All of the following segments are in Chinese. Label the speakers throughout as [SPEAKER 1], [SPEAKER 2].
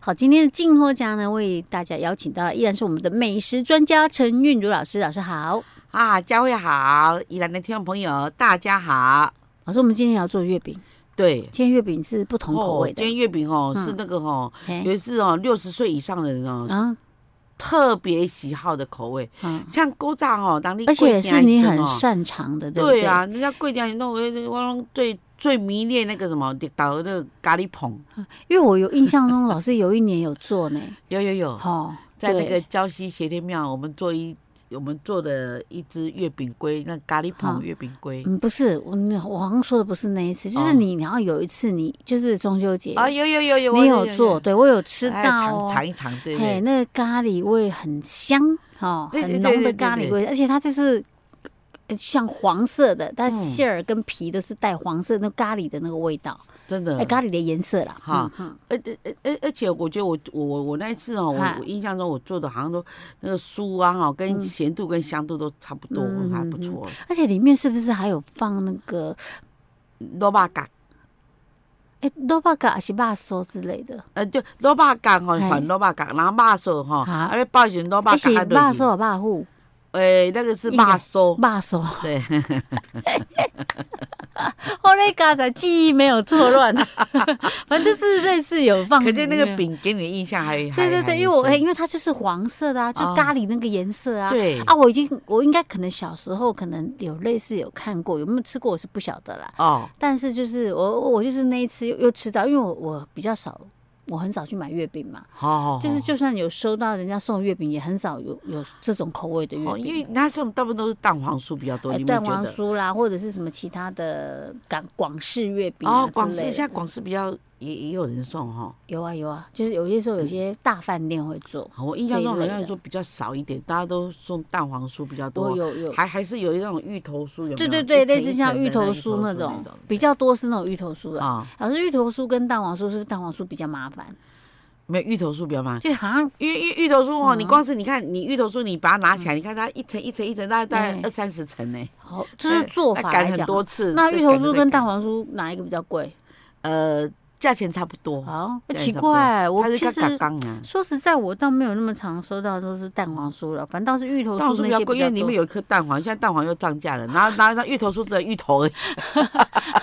[SPEAKER 1] 好，今天的静候家呢，为大家邀请到依然是我们的美食专家陈韵如老师，老师好。
[SPEAKER 2] 啊，佳慧好，宜兰的听众朋友大家好。
[SPEAKER 1] 老师，我们今天要做月饼，
[SPEAKER 2] 对，
[SPEAKER 1] 今天月饼是不同口味
[SPEAKER 2] 哦、
[SPEAKER 1] 的
[SPEAKER 2] 今。天月饼哦、
[SPEAKER 1] 嗯
[SPEAKER 2] 是那个哦，
[SPEAKER 1] 嘿
[SPEAKER 2] 有一次哦，六十岁以上的人哦，
[SPEAKER 1] 啊
[SPEAKER 2] 特别喜好的口味，
[SPEAKER 1] 啊，
[SPEAKER 2] 像勾炸哦，当地
[SPEAKER 1] 而且是你很
[SPEAKER 2] 善，
[SPEAKER 1] 擅长的，对不对？
[SPEAKER 2] 哦对啊，人家贵点那我我拢最最迷恋那个什么，倒那个咖喱捧，
[SPEAKER 1] 因为我有印象中，老师有一年有做呢，
[SPEAKER 2] 有有有，
[SPEAKER 1] 哦，
[SPEAKER 2] 在那个
[SPEAKER 1] 对
[SPEAKER 2] 礁溪斜天庙，我们做一我们做的一只月饼龟，那咖喱
[SPEAKER 1] 好
[SPEAKER 2] 捧月饼龟。
[SPEAKER 1] 嗯，不是我，你我好像说的不是那一次，就是
[SPEAKER 2] 哦
[SPEAKER 1] 你，然后有一次你就是中秋节，
[SPEAKER 2] 啊，有有有有，
[SPEAKER 1] 嗯
[SPEAKER 2] 我
[SPEAKER 1] 你有做，对我有吃
[SPEAKER 2] 哎
[SPEAKER 1] 到
[SPEAKER 2] 尝
[SPEAKER 1] 哦，
[SPEAKER 2] 尝一尝，对
[SPEAKER 1] 嘿，
[SPEAKER 2] 对。
[SPEAKER 1] 那个咖喱味很香哦，
[SPEAKER 2] 对对
[SPEAKER 1] 很
[SPEAKER 2] 对
[SPEAKER 1] 浓的
[SPEAKER 2] 对对
[SPEAKER 1] 咖喱
[SPEAKER 2] 对
[SPEAKER 1] 味，而且它就是呃像黄色的，但
[SPEAKER 2] 嗯
[SPEAKER 1] 馅儿跟皮都是带黄色那咖喱的那个味道，
[SPEAKER 2] 真的，
[SPEAKER 1] 哎，咖喱的颜色啦，
[SPEAKER 2] 哈
[SPEAKER 1] 嗯，嗯
[SPEAKER 2] 而而而而而且，我觉得我我我我那一次哦，我
[SPEAKER 1] 哈
[SPEAKER 2] 我印象中我做的好像都那个酥啊哈，跟咸度跟香度都差不多，
[SPEAKER 1] 嗯
[SPEAKER 2] 还不错。
[SPEAKER 1] 而且里面是不是还有放那个
[SPEAKER 2] 萝卜干，
[SPEAKER 1] 哎豆巴嘎还是巴酥之类的？
[SPEAKER 2] 呃，就萝卜干哈，
[SPEAKER 1] 哎
[SPEAKER 2] 反萝卜干，然后肉酥哈，
[SPEAKER 1] 啊
[SPEAKER 2] 啊，你包成萝卜
[SPEAKER 1] 哎，是
[SPEAKER 2] 干
[SPEAKER 1] 巴
[SPEAKER 2] 啊，
[SPEAKER 1] 酥有巴糊，
[SPEAKER 2] 诶，那个是
[SPEAKER 1] 应
[SPEAKER 2] 肉
[SPEAKER 1] 该
[SPEAKER 2] 酥，
[SPEAKER 1] 巴酥。
[SPEAKER 2] 对，
[SPEAKER 1] 我那嘎仔记忆没有错乱，反正就是类似有放。
[SPEAKER 2] 可见那个。饼给你的印象还还
[SPEAKER 1] 对对
[SPEAKER 2] 还
[SPEAKER 1] 对，因为我
[SPEAKER 2] 深
[SPEAKER 1] 哎，因为它就是黄色的啊，就
[SPEAKER 2] 哦
[SPEAKER 1] 咖喱那个颜色啊。
[SPEAKER 2] 对
[SPEAKER 1] 啊，我已经我应该可能小时候可能有类似有看过，有没有吃过我是不晓得啦。
[SPEAKER 2] 哦，
[SPEAKER 1] 但是就是我我就是那一次又又吃到，因为我我比较少，我很少去买月饼嘛，
[SPEAKER 2] 好好，
[SPEAKER 1] 就是
[SPEAKER 2] 好
[SPEAKER 1] 就算有收到人家送的月饼，也很少有有这种口味的月
[SPEAKER 2] 好
[SPEAKER 1] 饼。
[SPEAKER 2] 哦因为那时候大部分都是蛋黄酥比较多，
[SPEAKER 1] 哎
[SPEAKER 2] 你们
[SPEAKER 1] 蛋
[SPEAKER 2] 觉
[SPEAKER 1] 黄
[SPEAKER 2] 得？哦
[SPEAKER 1] 酥啦，或者是什么其他的广广式月饼啊
[SPEAKER 2] 哦，广式
[SPEAKER 1] 之类
[SPEAKER 2] 现
[SPEAKER 1] 的
[SPEAKER 2] 在广式比较也也有人送哈。
[SPEAKER 1] 有啊有啊，就是有些时候
[SPEAKER 2] 嗯
[SPEAKER 1] 有些大饭店会做，
[SPEAKER 2] 好我印
[SPEAKER 1] 这
[SPEAKER 2] 象
[SPEAKER 1] 一
[SPEAKER 2] 中好
[SPEAKER 1] 类
[SPEAKER 2] 像
[SPEAKER 1] 的
[SPEAKER 2] 说比较少一点，大家都送蛋黄酥比较
[SPEAKER 1] 我
[SPEAKER 2] 多，
[SPEAKER 1] 有有，
[SPEAKER 2] 还还是有那种芋头酥，有没有
[SPEAKER 1] 对对对，
[SPEAKER 2] 一层
[SPEAKER 1] 类似像芋头酥那
[SPEAKER 2] 一层的
[SPEAKER 1] 种
[SPEAKER 2] 那，
[SPEAKER 1] 比较多是那种芋头酥的。
[SPEAKER 2] 啊，
[SPEAKER 1] 老师，芋头酥跟蛋黄酥是不是蛋黄酥比较麻烦？
[SPEAKER 2] 没有芋头酥比较麻烦。
[SPEAKER 1] 就好像
[SPEAKER 2] 因为芋芋头酥哦，
[SPEAKER 1] 嗯
[SPEAKER 2] 你光是你看，你芋头酥你把它拿起来，你看它一层一层一层，大概大概
[SPEAKER 1] 对
[SPEAKER 2] 二三十层呢，
[SPEAKER 1] 好，嗯就是做
[SPEAKER 2] 那
[SPEAKER 1] 法
[SPEAKER 2] 擀
[SPEAKER 1] 来
[SPEAKER 2] 哎很
[SPEAKER 1] 讲，啊
[SPEAKER 2] 多次。
[SPEAKER 1] 那
[SPEAKER 2] 再
[SPEAKER 1] 芋头
[SPEAKER 2] 擀
[SPEAKER 1] 酥
[SPEAKER 2] 再
[SPEAKER 1] 跟蛋
[SPEAKER 2] 擀
[SPEAKER 1] 黄酥哪一个比较贵？
[SPEAKER 2] 呃价钱差不多，
[SPEAKER 1] 好，
[SPEAKER 2] 价钱
[SPEAKER 1] 奇
[SPEAKER 2] 差不多
[SPEAKER 1] 怪，啊我
[SPEAKER 2] 它是
[SPEAKER 1] 其
[SPEAKER 2] 跟
[SPEAKER 1] 实
[SPEAKER 2] 嘎刚啊，
[SPEAKER 1] 说实在，我倒没有那么常收到都是蛋黄酥了，反倒是芋头
[SPEAKER 2] 蛋黄
[SPEAKER 1] 酥
[SPEAKER 2] 酥
[SPEAKER 1] 那
[SPEAKER 2] 比较
[SPEAKER 1] 些
[SPEAKER 2] 贵，
[SPEAKER 1] 比
[SPEAKER 2] 因
[SPEAKER 1] 较
[SPEAKER 2] 为里
[SPEAKER 1] 多
[SPEAKER 2] 面。有一颗蛋黄，现在蛋黄又涨价了，然后然后那芋头酥只有芋头而已。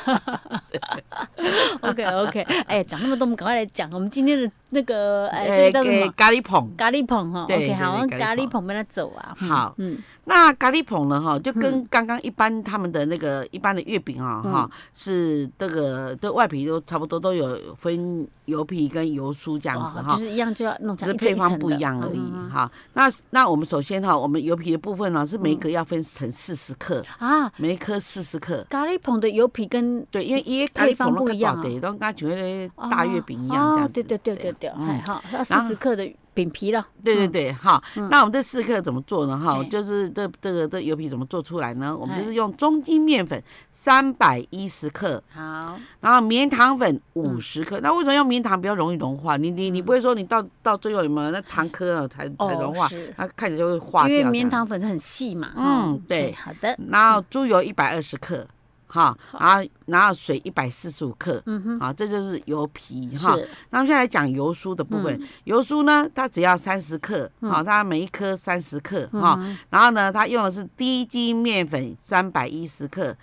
[SPEAKER 1] OK OK，哎，讲那么多，我们赶快来讲我们今天的那个 哎，这
[SPEAKER 2] 呃
[SPEAKER 1] 个叫什
[SPEAKER 2] 给
[SPEAKER 1] 么？
[SPEAKER 2] 咖喱捧。
[SPEAKER 1] 咖喱捧哈
[SPEAKER 2] 对对
[SPEAKER 1] ，OK，好，
[SPEAKER 2] 对
[SPEAKER 1] 像咖
[SPEAKER 2] 咖
[SPEAKER 1] 喱
[SPEAKER 2] 喱捧
[SPEAKER 1] 捧被他走啊。嗯
[SPEAKER 2] 好
[SPEAKER 1] 嗯，
[SPEAKER 2] 那咖喱捧呢？哈，就跟刚刚一般他们的那个一般的月饼啊，
[SPEAKER 1] 嗯
[SPEAKER 2] 哈、是这个的外皮都差不多，都有分油皮跟油酥这样子
[SPEAKER 1] 哇
[SPEAKER 2] 哈
[SPEAKER 1] 就，是一样就要弄
[SPEAKER 2] 只
[SPEAKER 1] 成
[SPEAKER 2] 是
[SPEAKER 1] 一层
[SPEAKER 2] 配方
[SPEAKER 1] 层
[SPEAKER 2] 不
[SPEAKER 1] 的
[SPEAKER 2] 一样而已
[SPEAKER 1] 嗯嗯嗯
[SPEAKER 2] 哈。那那我们首先哈，我们油皮的部分呢是
[SPEAKER 1] 嗯
[SPEAKER 2] 每一个要分成四十克，
[SPEAKER 1] 啊，
[SPEAKER 2] 每一颗四十克。
[SPEAKER 1] 咖喱捧的油皮跟
[SPEAKER 2] 对，因为因为咖
[SPEAKER 1] 配
[SPEAKER 2] 喱
[SPEAKER 1] 方
[SPEAKER 2] 捧
[SPEAKER 1] 不一样啊
[SPEAKER 2] 对，都跟刚觉
[SPEAKER 1] 哦
[SPEAKER 2] 得大月饼一样这样
[SPEAKER 1] 哦
[SPEAKER 2] 子。
[SPEAKER 1] 对对对对对，
[SPEAKER 2] 嗯
[SPEAKER 1] 哎好，要四
[SPEAKER 2] 然后
[SPEAKER 1] 十克的饼皮了。
[SPEAKER 2] 对对
[SPEAKER 1] 嗯
[SPEAKER 2] 对，哈，那我们这四克怎么做呢？哈
[SPEAKER 1] 嘿，
[SPEAKER 2] 就是这这个这油皮怎么做出来呢？我们
[SPEAKER 1] 嘿
[SPEAKER 2] 就是用中筋面粉三百一十克，
[SPEAKER 1] 好，
[SPEAKER 2] 然后棉糖粉五
[SPEAKER 1] 嗯
[SPEAKER 2] 十克。那为什么用棉糖比较容易融化？你你你不会说你到到最后你们那糖颗啊才才融
[SPEAKER 1] 哦
[SPEAKER 2] 化
[SPEAKER 1] 是，
[SPEAKER 2] 它看起来就会化
[SPEAKER 1] 因为
[SPEAKER 2] 掉。
[SPEAKER 1] 棉。嗯糖粉很细嘛。
[SPEAKER 2] 嗯
[SPEAKER 1] 哦
[SPEAKER 2] 对
[SPEAKER 1] 好的，
[SPEAKER 2] 然后猪油一百二十克，哈，然后然后水一百四十五克，
[SPEAKER 1] 嗯哼，
[SPEAKER 2] 好，这就是油皮嗯哈。
[SPEAKER 1] 是
[SPEAKER 2] 那我们现在来讲油酥的部分，
[SPEAKER 1] 嗯
[SPEAKER 2] 油酥呢，它只要三十克，好、它每一颗三十克
[SPEAKER 1] 嗯
[SPEAKER 2] 哈、然后呢，它用的是低筋面粉三百一十克，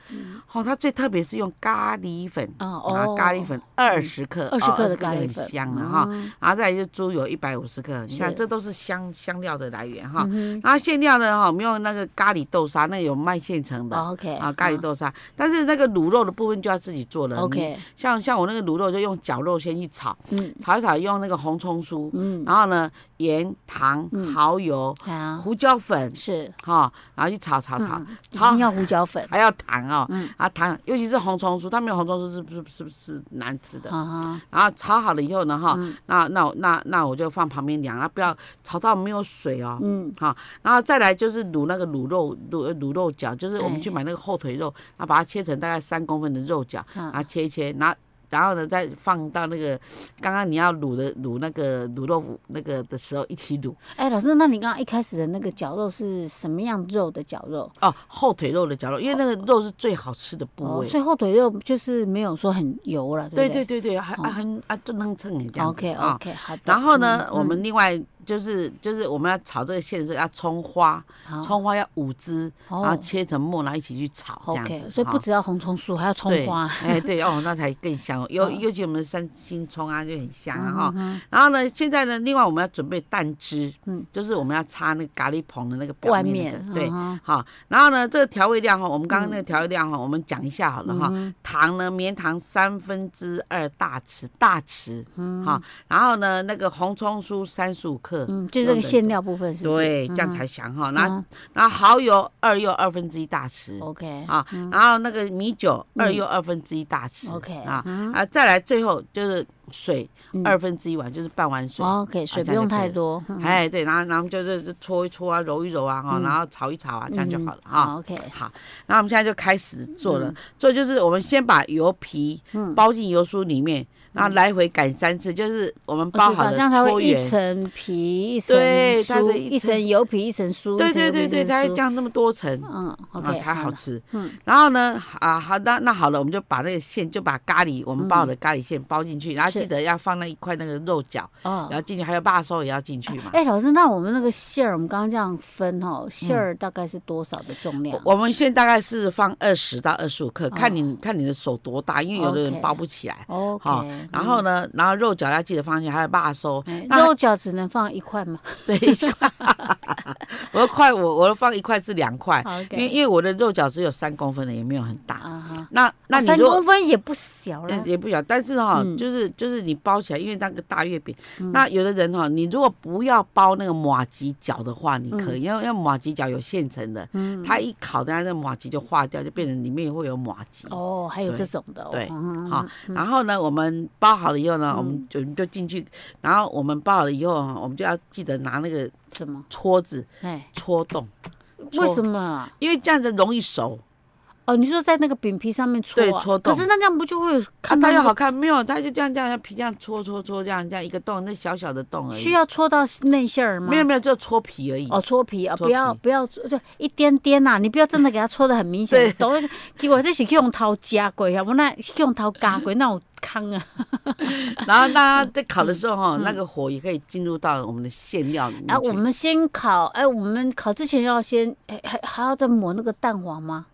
[SPEAKER 2] 好、它最特别是用咖喱粉。
[SPEAKER 1] 嗯哦
[SPEAKER 2] 啊，
[SPEAKER 1] 哦，
[SPEAKER 2] 咖喱粉二十克，
[SPEAKER 1] 二十
[SPEAKER 2] 哦
[SPEAKER 1] 克的
[SPEAKER 2] 20
[SPEAKER 1] 咖喱
[SPEAKER 2] 就很
[SPEAKER 1] 粉，
[SPEAKER 2] 香了哈、
[SPEAKER 1] 嗯
[SPEAKER 2] 然后再来就是猪油一百五十克，你看
[SPEAKER 1] 是
[SPEAKER 2] 这都是香香料的来源哈、
[SPEAKER 1] 嗯
[SPEAKER 2] 然后馅料呢，哈、我们用那个咖喱豆沙，那有卖现成
[SPEAKER 1] 哼
[SPEAKER 2] 的、
[SPEAKER 1] ，OK，
[SPEAKER 2] 啊，咖
[SPEAKER 1] 哦
[SPEAKER 2] 喱
[SPEAKER 1] 哎好
[SPEAKER 2] 豆沙。但是那个卤肉的部分就要自己做了。你
[SPEAKER 1] ，OK，
[SPEAKER 2] 像像我那个卤肉就用绞肉先去炒，
[SPEAKER 1] 嗯
[SPEAKER 2] 炒一炒用那个红葱酥，
[SPEAKER 1] 嗯，
[SPEAKER 2] 然后呢盐、糖
[SPEAKER 1] 嗯、
[SPEAKER 2] 蚝油、
[SPEAKER 1] 好，
[SPEAKER 2] 胡椒粉
[SPEAKER 1] 是
[SPEAKER 2] 哈、然后去炒炒炒
[SPEAKER 1] 嗯，一
[SPEAKER 2] 炒
[SPEAKER 1] 定要胡椒粉。
[SPEAKER 2] 还要糖哦，
[SPEAKER 1] 嗯
[SPEAKER 2] 啊糖，尤其是红葱酥，它没有红葱酥是不是是不是难吃的？
[SPEAKER 1] 啊哈，
[SPEAKER 2] 然后炒好了以后呢，哈、
[SPEAKER 1] 嗯
[SPEAKER 2] 那那那那我就放旁边凉，啊不要炒到没有水哦。
[SPEAKER 1] 嗯，
[SPEAKER 2] 然后再来就是卤那个卤肉卤呃卤肉饺，就是我
[SPEAKER 1] 哎
[SPEAKER 2] 们去买那个后腿肉，然后把它切成大概三公分的肉饺，
[SPEAKER 1] 嗯
[SPEAKER 2] 然后切一切，然后然后呢再放到那个刚刚你要卤的卤那个卤肉腐那个的时候一起卤
[SPEAKER 1] 哎，老师，那你刚刚一开始的那个绞肉是什么样肉的绞肉？
[SPEAKER 2] 哦，后腿肉的绞肉，因为那个肉是最好吃的部
[SPEAKER 1] 哦，
[SPEAKER 2] 位。
[SPEAKER 1] 所以后腿肉就是没有说很油了，对
[SPEAKER 2] 对
[SPEAKER 1] 不
[SPEAKER 2] 对
[SPEAKER 1] 对
[SPEAKER 2] 对对，还啊很啊就能蹭你这样子
[SPEAKER 1] OK
[SPEAKER 2] 啊。
[SPEAKER 1] OK，好的。
[SPEAKER 2] 然后呢，
[SPEAKER 1] 嗯
[SPEAKER 2] 我们另外就是就是我们要炒这个馅的时候要葱花，
[SPEAKER 1] 好
[SPEAKER 2] 葱花要五只，
[SPEAKER 1] 哦
[SPEAKER 2] 然后切成末，然后一起去炒这样子
[SPEAKER 1] OK，。所以
[SPEAKER 2] 哈
[SPEAKER 1] 不只要红葱酥，还要葱
[SPEAKER 2] 对
[SPEAKER 1] 花。
[SPEAKER 2] 哎，对哦，那才更香哦。尤
[SPEAKER 1] 哦
[SPEAKER 2] 尤其我们的三星葱啊，就很香啊哈、
[SPEAKER 1] 嗯哼
[SPEAKER 2] 然后呢，现在呢，另外我们要准备蛋汁，
[SPEAKER 1] 嗯
[SPEAKER 2] 嗯，就是我们要擦那个咖喱棚的那个表
[SPEAKER 1] 外
[SPEAKER 2] 面
[SPEAKER 1] 面
[SPEAKER 2] 那个，对。
[SPEAKER 1] 嗯
[SPEAKER 2] 好，然后呢，这个调味料哈，我们刚刚那个调味料哈，我们讲一下好了哈。
[SPEAKER 1] 哼
[SPEAKER 2] 糖呢，绵糖三分之二大匙，大匙，好。然后呢，那个红葱酥三十五克，
[SPEAKER 1] 嗯，就是这个
[SPEAKER 2] 等
[SPEAKER 1] 馅
[SPEAKER 2] 等
[SPEAKER 1] 料部分是不是，
[SPEAKER 2] 对，这样
[SPEAKER 1] 嗯
[SPEAKER 2] 才香
[SPEAKER 1] 嗯哦
[SPEAKER 2] 哈。那那蚝油二又二分之一大匙，
[SPEAKER 1] OK
[SPEAKER 2] 啊，然后那个米酒二又二分之一大匙
[SPEAKER 1] 嗯 OK
[SPEAKER 2] 啊
[SPEAKER 1] 嗯
[SPEAKER 2] 啊，再来最后就是水
[SPEAKER 1] 嗯
[SPEAKER 2] 二分之一碗，就是半碗水。啊
[SPEAKER 1] OK，水
[SPEAKER 2] 这
[SPEAKER 1] 不
[SPEAKER 2] 样
[SPEAKER 1] 用
[SPEAKER 2] 就可以
[SPEAKER 1] 太
[SPEAKER 2] 了
[SPEAKER 1] 多，嗯
[SPEAKER 2] 哎，对，然后然后就是就搓一搓啊，揉一揉啊，哈，
[SPEAKER 1] 嗯
[SPEAKER 2] 然后炒一炒啊，这样就好了
[SPEAKER 1] 嗯
[SPEAKER 2] 啊。
[SPEAKER 1] 好，OK，
[SPEAKER 2] 好，那我们现在就开始做了。做就是我们先把油皮
[SPEAKER 1] 嗯
[SPEAKER 2] 包进油酥里面，然后来回擀三次，就是我们
[SPEAKER 1] 我
[SPEAKER 2] 包
[SPEAKER 1] 知
[SPEAKER 2] 好
[SPEAKER 1] 道哦
[SPEAKER 2] 的
[SPEAKER 1] 这样才
[SPEAKER 2] 搓
[SPEAKER 1] 会一
[SPEAKER 2] 圆。
[SPEAKER 1] 层皮一层
[SPEAKER 2] 对它
[SPEAKER 1] 酥
[SPEAKER 2] 的一
[SPEAKER 1] 一层
[SPEAKER 2] 层
[SPEAKER 1] 油皮一层酥，
[SPEAKER 2] 对
[SPEAKER 1] 一层
[SPEAKER 2] 对
[SPEAKER 1] 油皮
[SPEAKER 2] 对
[SPEAKER 1] 一
[SPEAKER 2] 对，
[SPEAKER 1] 层
[SPEAKER 2] 才会
[SPEAKER 1] 酥
[SPEAKER 2] 这样那么多层。
[SPEAKER 1] 嗯
[SPEAKER 2] 啊，
[SPEAKER 1] ，OK，
[SPEAKER 2] 才好
[SPEAKER 1] 了，
[SPEAKER 2] 吃。
[SPEAKER 1] 嗯
[SPEAKER 2] 然后呢，啊，好，那那好了，我们就把那个馅，就把咖喱，我们包好的咖喱馅包进去，然后
[SPEAKER 1] 嗯是
[SPEAKER 2] 记得要放那一块那个肉饺，然
[SPEAKER 1] 哦。
[SPEAKER 2] 后进去，还有把手也要进去嘛。
[SPEAKER 1] 哎，老师，那我们那个馅儿，我们刚刚这样分哦，
[SPEAKER 2] 嗯
[SPEAKER 1] 馅儿大概是多少的重量？
[SPEAKER 2] 我们现在大概是放二十到二十五克，看
[SPEAKER 1] 哎哦
[SPEAKER 2] 你看你的手多大，因为有的人
[SPEAKER 1] OK
[SPEAKER 2] 包不起来。
[SPEAKER 1] OK，
[SPEAKER 2] 好然后呢，然后肉饺要记得放进去，还有把手
[SPEAKER 1] 哎。
[SPEAKER 2] 那
[SPEAKER 1] 肉饺只能放一块吗
[SPEAKER 2] 对，一块我的块我我的放一块是两块，哎因为
[SPEAKER 1] ？OK，
[SPEAKER 2] 因为我的肉饺只有三公分的，也没有很大。
[SPEAKER 1] 啊哈，
[SPEAKER 2] 那那
[SPEAKER 1] 哦
[SPEAKER 2] 你
[SPEAKER 1] 三
[SPEAKER 2] 如果
[SPEAKER 1] 公分也不小了
[SPEAKER 2] 嗯，，也不小，但是哈、
[SPEAKER 1] 嗯
[SPEAKER 2] 就是就是你包起来，因为那个大月饼，那有的人哈、你如果不要包那个马吉饺的话，你可以，因为因为马吉饺有现成的，
[SPEAKER 1] 嗯，
[SPEAKER 2] 它一烤，它那马吉就化掉，就变成里面会有马吉。
[SPEAKER 1] 哦，还有
[SPEAKER 2] 对
[SPEAKER 1] 这种的哦，
[SPEAKER 2] 对
[SPEAKER 1] 嗯
[SPEAKER 2] 好，然后呢，我们包好了以后呢，我们就就进去，然后我们包好了以后哈，我们就要记得拿那个
[SPEAKER 1] 什么？
[SPEAKER 2] 戳子
[SPEAKER 1] 哎，
[SPEAKER 2] 戳洞，戳
[SPEAKER 1] 为什么啊？
[SPEAKER 2] 因为这样子容易熟，
[SPEAKER 1] 哦，你说在那个饼皮上面戳、啊，
[SPEAKER 2] 对戳洞
[SPEAKER 1] 可是那这样不就会有
[SPEAKER 2] 啊，
[SPEAKER 1] 看到
[SPEAKER 2] 它又
[SPEAKER 1] 那
[SPEAKER 2] 好
[SPEAKER 1] 个
[SPEAKER 2] 看，没有，它就这样这样皮这样戳戳戳，这样这样一个洞，那小小的洞而已。
[SPEAKER 1] 需要戳到内馅儿吗？
[SPEAKER 2] 没有没有，就戳皮而已。
[SPEAKER 1] 哦，戳皮啊，
[SPEAKER 2] 戳
[SPEAKER 1] 不要
[SPEAKER 2] 皮
[SPEAKER 1] 不要戳，就一点点呐、你不要真的给它戳的很明显
[SPEAKER 2] 对。
[SPEAKER 1] 懂？结果这是去用刀夹过，要不那去用刀夹过那有坑啊。
[SPEAKER 2] 然后 大家在烤的时候哈，那个火也可以进入到我们的馅料里面
[SPEAKER 1] 嗯
[SPEAKER 2] 去。
[SPEAKER 1] 哎、我们先烤，哎、我们烤之前要先，哎、还还要再抹那个蛋黄吗？